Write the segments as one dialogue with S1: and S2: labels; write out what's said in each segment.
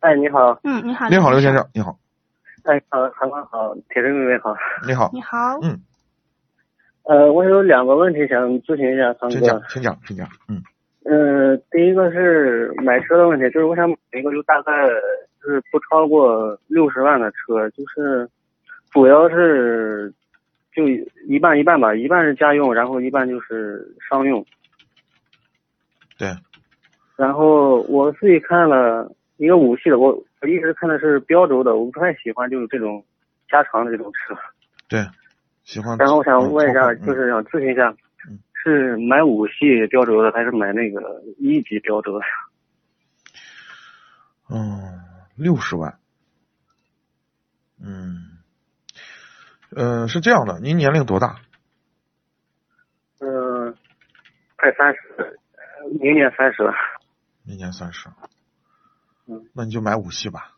S1: 哎，你好，
S2: 嗯，你好。
S3: 你好，刘先。生，你好，
S1: 哎，呃，韩哥好，铁锤妹妹好，
S3: 你好，
S2: 你好。
S3: 嗯，
S1: 呃，我有两个问题想咨询一下韩
S3: 请
S1: 哥
S3: 讲，。请讲，请讲，嗯，
S1: 嗯、第一个是买车的问题，就是我想买一个就大概就是不超过六十万的车，就是主要是就一半一半吧，一半是家用，然后一半就是商用。
S3: 对，
S1: 然后我自己看了一个五系的，我我一直看的是标轴的，我不太喜欢就是这种加长的这种车。
S3: 对，喜欢。
S1: 然后我想
S3: 嗯
S1: 问一下，
S3: 嗯
S1: 就是想咨询一下
S3: 嗯，
S1: 是买五系标轴的还是买那个一级标轴的？
S3: 嗯，六十万，嗯，呃，是这样的，您年龄多大？
S1: 嗯，快三十，明年三十了。
S3: 明年三十，
S1: 嗯，
S3: 那你就买五系吧。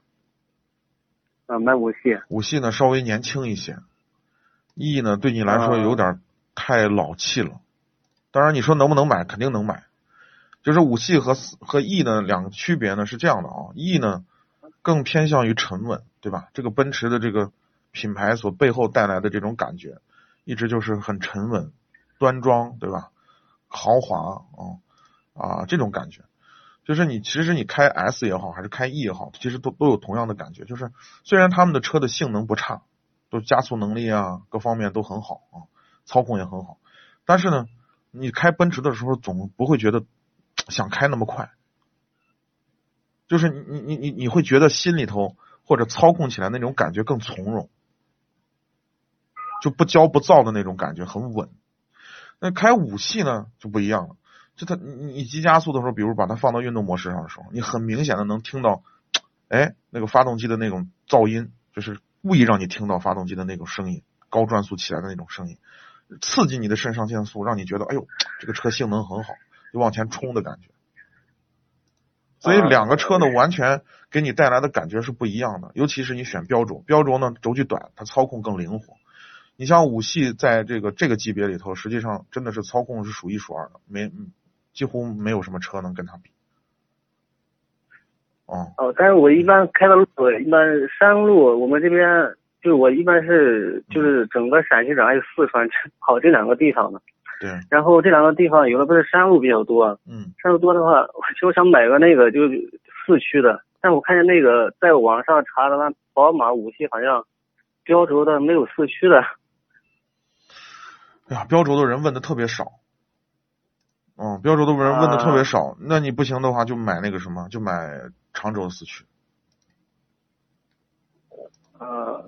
S1: 啊，买五系，
S3: 五系呢稍微年轻一些，E 呢对你来说
S1: 啊
S3: 有点太老气了。当然，你说能不能买，肯定能买。就是五系和四和 E 呢两个区别呢是这样的啊，E 呢更偏向于沉稳，对吧？这个奔驰的这个品牌所背后带来的这种感觉，一直就是很沉稳、端庄，对吧？豪华啊、啊这种感觉。就是你其实你开 S 也好，还是开 E 也好，其实都都有同样的感觉。就是虽然他们的车的性能不差，都加速能力啊各方面都很好啊，操控也很好，但是呢，你开奔驰的时候总不会觉得想开那么快，就是你你你你你会觉得心里头或者操控起来那种感觉更从容，就不骄不躁的那种感觉，很稳。那开五系呢就不一样了。就它你你急加速的时候，比如把它放到运动模式上的时候，你很明显的能听到，哎，那个发动机的那种噪音，就是故意让你听到发动机的那种声音，高转速起来的那种声音，刺激你的肾上腺素，让你觉得哎呦，这个车性能很好，就往前冲的感觉。所以
S1: 啊
S3: 两个车呢，完全给你带来的感觉是不一样的，尤其是你选标轴，标轴呢轴距短，它操控更灵活。你像五系在这个这个级别里头，实际上真的是操控是数一数二的，没嗯几乎没有什么车能跟它比。哦，
S1: 哦，但是我一般开的路，一般山路，我们这边就我一般是
S3: 嗯
S1: 就是整个陕西省还有四川 这跑这两个地方的。
S3: 对，
S1: 然后这两个地方有的不是山路比较多，啊
S3: 嗯，
S1: 山路多的话，我就想买个那个就是四驱的，但我看见那个在网上查的话，宝马五系好像标轴的没有四驱的。
S3: 哎呀，标轴的人问的特别少。嗯，标轴的人问的
S1: 啊
S3: 特别少，那你不行的话就买那个什么，就买长轴的四驱。
S1: 呃，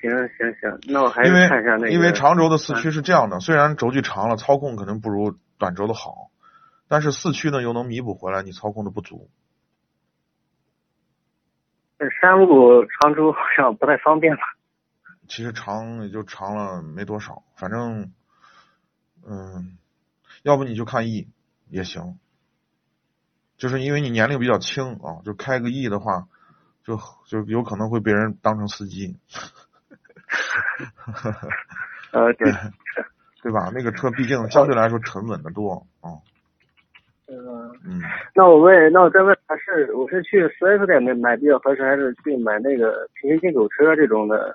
S1: 行行行，那我还是
S3: 因为
S1: 哎看一下那个，嗯
S3: 因为长轴的四驱是这样的，虽然轴距长了，操控可能不如短轴的好，但是四驱呢又能弥补回来你操控的不足。
S1: 呃山路长途好像不太方便吧？
S3: 其实长也就长了没多少，反正，嗯，要不你就看 E 也行，就是因为你年龄比较轻啊，就开个 E 的话，就就有可能会被人当成司机，
S1: 呃， 对，
S3: 对吧？那个车毕竟相对来说沉稳的多啊，
S1: 嗯，
S3: 嗯，
S1: 那我问，那我再问，还是我是去 4S 店买买比较合适，还是去买那个平行进口车这种的？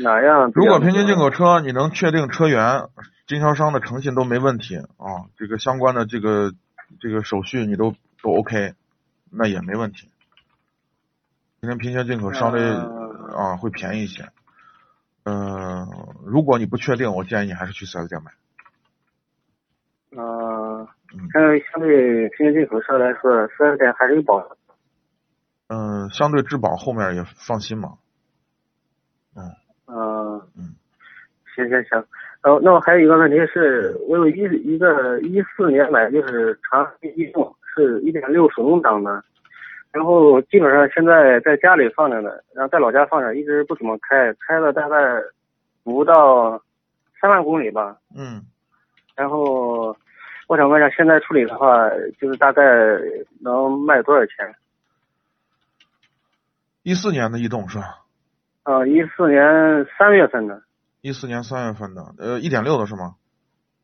S1: 哪样比较合
S3: 如
S1: 适？
S3: 果平行进口车你能确定车源、经销商的诚信都没问题啊，这个相关的这个这个手续你都都 OK，那也没问题。今天平行进口相对、
S1: 嗯
S3: 啊会便宜一些。嗯、如果你不确定，我建议你还是去 4S 店买。
S1: 嗯
S3: 嗯，
S1: 但是相对平行进口车来说，4S 店还是有保障。
S3: 嗯、相对质保后面也放心嘛。
S1: 嗯
S3: 嗯，
S1: 行行行，然后那我还有一个问题是，我有一一个一四年买的就是长安逸动，是一点六手动挡的，然后基本上现在在家里放着呢，然后在老家放着，一直不怎么开，开了大概不到三万公里吧。
S3: 嗯，
S1: 然后我想问一下，现在处理的话，就是大概能卖多少钱？
S3: 一四年的逸动是吧？
S1: 啊，一四年三月份的，
S3: 一四年三月份的，呃，一点六的是吗？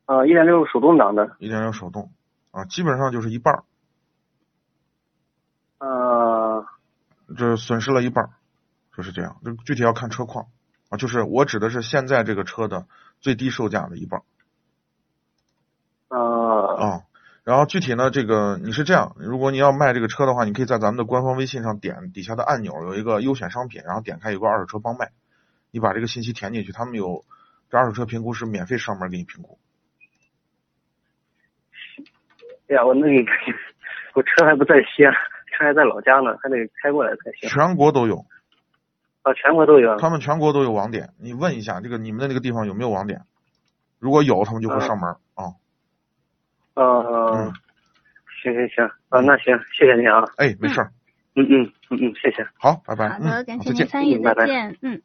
S1: 啊，一点六手动挡的，
S3: 一点六手动啊，基本上就是一半儿，
S1: 呃，
S3: 这损失了一半儿，就是这样。这具体要看车况啊，就是我指的是现在这个车的最低售价的一半儿
S1: 呃，
S3: 啊。然后具体呢，这个你是这样，如果你要卖这个车的话，你可以在咱们的官方微信上点底下的按钮，有一个优选商品，然后点开有个二手车帮卖，你把这个信息填进去，他们有这二手车评估师免费上门给你评估。
S1: 哎呀，我那个我车还不在西安，车还在老家呢，还得开过来才行。
S3: 全国都有，
S1: 啊，全国都有。
S3: 他们全国都有网点，你问一下这个你们的那个地方有没有网点，如果有，他们就会上门儿啊。
S1: 呃
S3: 嗯，，
S1: 行行行，啊，那行，谢谢您啊，
S3: 哎，没事儿，
S1: 嗯嗯嗯嗯，谢谢。
S3: 好，拜拜，
S2: 好
S3: 嗯
S2: 的，感，谢
S3: 再
S2: 您
S3: 见。
S2: 参与，
S1: 嗯拜拜
S2: 再见，嗯。